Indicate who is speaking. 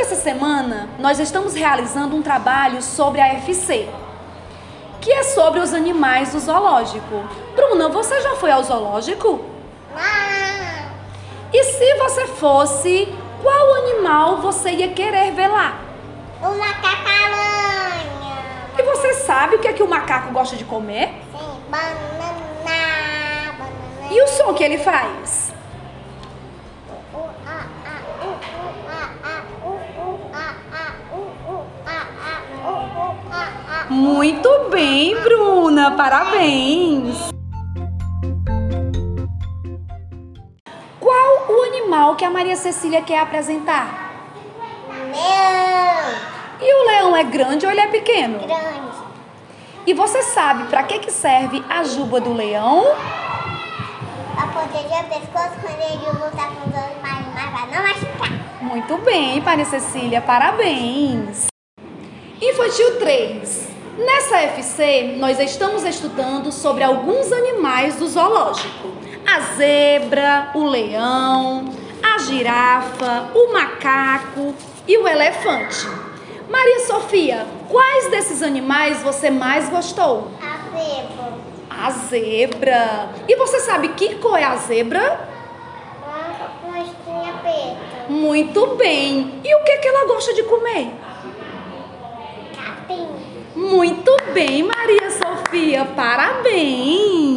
Speaker 1: essa semana nós estamos realizando um trabalho sobre a FC, que é sobre os animais do zoológico. Bruna, você já foi ao zoológico?
Speaker 2: Não.
Speaker 1: E se você fosse, qual animal você ia querer ver lá?
Speaker 2: Uma cacaranha.
Speaker 1: E você sabe o que é que o macaco gosta de comer?
Speaker 2: Sim, banana. banana.
Speaker 1: E o som que ele faz?
Speaker 2: U, a, a, u, u, a, a, u, u, a, a, u, u, a, a, u, u, a, a.
Speaker 1: Muito bem, Bruna, parabéns! Qual o animal que a Maria Cecília quer apresentar?
Speaker 2: Meu,
Speaker 1: E o leão é grande ou ele é pequeno?
Speaker 2: grande.
Speaker 1: E você sabe para que, que serve a juba do leão?
Speaker 2: Pra proteger o pescoço quando ele lutar com os outros animais, pra não machucar.
Speaker 1: Muito bem, Maria Cecília, parabéns! Infantil 3. Nessa FC, nós estamos estudando sobre alguns animais do zoológico: a zebra, o leão, a girafa, o macaco e o elefante. Maria Sofia, quais desses animais você mais gostou?
Speaker 2: A zebra.
Speaker 1: A zebra. E você sabe que cor é a zebra?
Speaker 2: Branca com estrinha preta.
Speaker 1: Muito bem. E o que, que ela gosta de comer?
Speaker 2: Capim.
Speaker 1: Muito bem, Maria Sofia. Parabéns.